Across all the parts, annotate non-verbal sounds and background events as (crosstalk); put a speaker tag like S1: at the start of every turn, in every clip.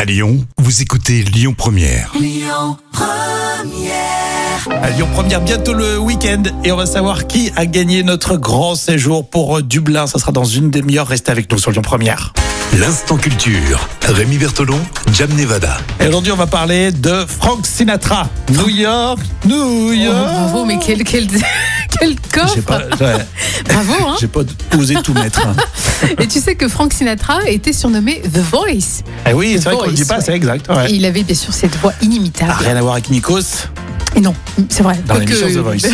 S1: À Lyon, vous écoutez Lyon Première.
S2: À Lyon Première, bientôt le week-end. Et on va savoir qui a gagné notre grand séjour pour euh, Dublin. Ça sera dans une demi-heure. Restez avec nous sur Lyon Première.
S1: L'instant culture. Rémi Bertolon, Jam Nevada.
S2: Et aujourd'hui, on va parler de Frank Sinatra. New York, New
S3: Oh,
S2: York.
S3: bravo, mais quel, quel, (laughs) quel
S2: J'ai
S3: coffre
S2: pas, ouais,
S3: Bravo, hein
S2: j'ai pas osé tout mettre. hein.
S3: Et tu sais que Frank Sinatra était surnommé The Voice.
S2: Eh oui, c'est vrai qu'on
S3: Voice,
S2: le dit pas,
S3: ouais.
S2: c'est exact. ouais.
S3: Et il avait bien sûr cette voix inimitable.
S2: Ah, rien à voir avec Nikos
S3: Et non, c'est vrai.
S2: Ah. dans
S3: Quoique-
S2: l'émission The Voice.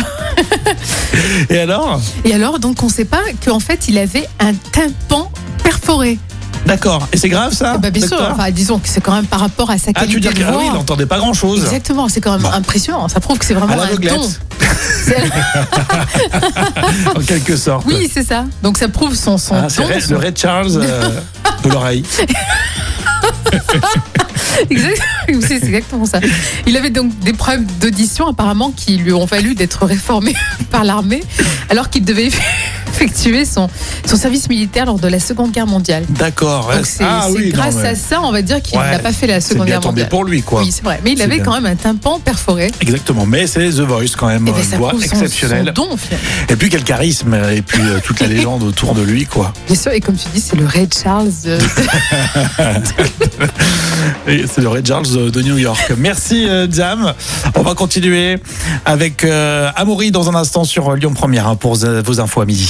S2: Et alors
S3: (laughs) Et alors, donc, on ne sait pas qu'en fait, il avait un tympan perforé.
S2: Ah, D'accord. Et c'est grave ça
S3: Ah bah, bien sûr,
S2: docteur
S3: enfin, disons que c'est quand même par rapport à sa
S2: Ah, tu veux
S3: qualité
S2: dire
S3: de
S2: que ah
S3: voix.
S2: oui, il n'entendait pas grand chose.
S3: Exactement, c'est quand même
S2: Bon.
S3: impressionnant. Ça prouve que c'est vraiment
S2: À (laughs)
S3: un don.
S2: l'aveuglette,
S3: C'est-
S2: en quelque sorte.
S3: Oui, c'est ça. Donc ça prouve son, son
S2: Ah, c'est
S3: don.
S2: Ray-
S3: son-
S2: le Ray Charles (laughs) euh, de l'oreille.
S3: Exact- oui, C'est exactement (laughs) ça. Il avait donc des problèmes d'audition apparemment qui lui ont valu d'être réformé (laughs) par l'armée alors qu'il devait (laughs) effectuer son, son service militaire lors de la Seconde Guerre mondiale.
S2: D'accord.
S3: Donc c'est
S2: Ah
S3: c'est
S2: oui, non,
S3: grâce
S2: mais
S3: à ça, on va dire qu'il
S2: Ouais,
S3: n'a pas fait la
S2: C'est
S3: Seconde
S2: bien
S3: Guerre
S2: tombé
S3: mondial.
S2: pour lui, quoi.
S3: Oui, c'est vrai. Mais il
S2: C'est
S3: avait
S2: bien.
S3: quand même un tympan perforé.
S2: Exactement. Mais c'est The Voice quand même,
S3: Et ben,
S2: une
S3: ça
S2: voix
S3: prouve son,
S2: exceptionnelle.
S3: son don, finalement.
S2: Et puis quel charisme euh, et puis euh, toute la légende autour de lui, quoi.
S3: Bien sûr, et comme tu dis, c'est le Ray Charles. euh, de-
S2: (laughs) Et c'est le Ray Charles euh, de New York. Merci euh, Jam. On va continuer avec euh, Amaury dans un instant sur euh, Lyon Première hein, pour euh, vos infos à midi.